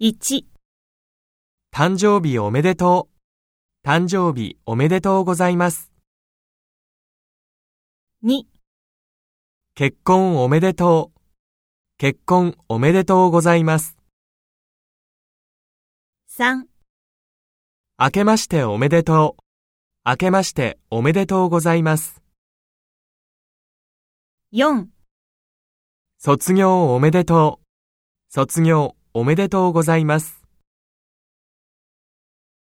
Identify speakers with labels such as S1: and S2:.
S1: 1、
S2: 誕生日おめでとう。誕生日おめでとうございます。
S1: 2、
S2: 結婚おめでとう。結婚おめでとうございます。
S1: 3、
S2: 明けましておめでとう。明けましておめでとうございます。
S1: 4、
S2: 卒業おめでとう。卒業おめでとうございます。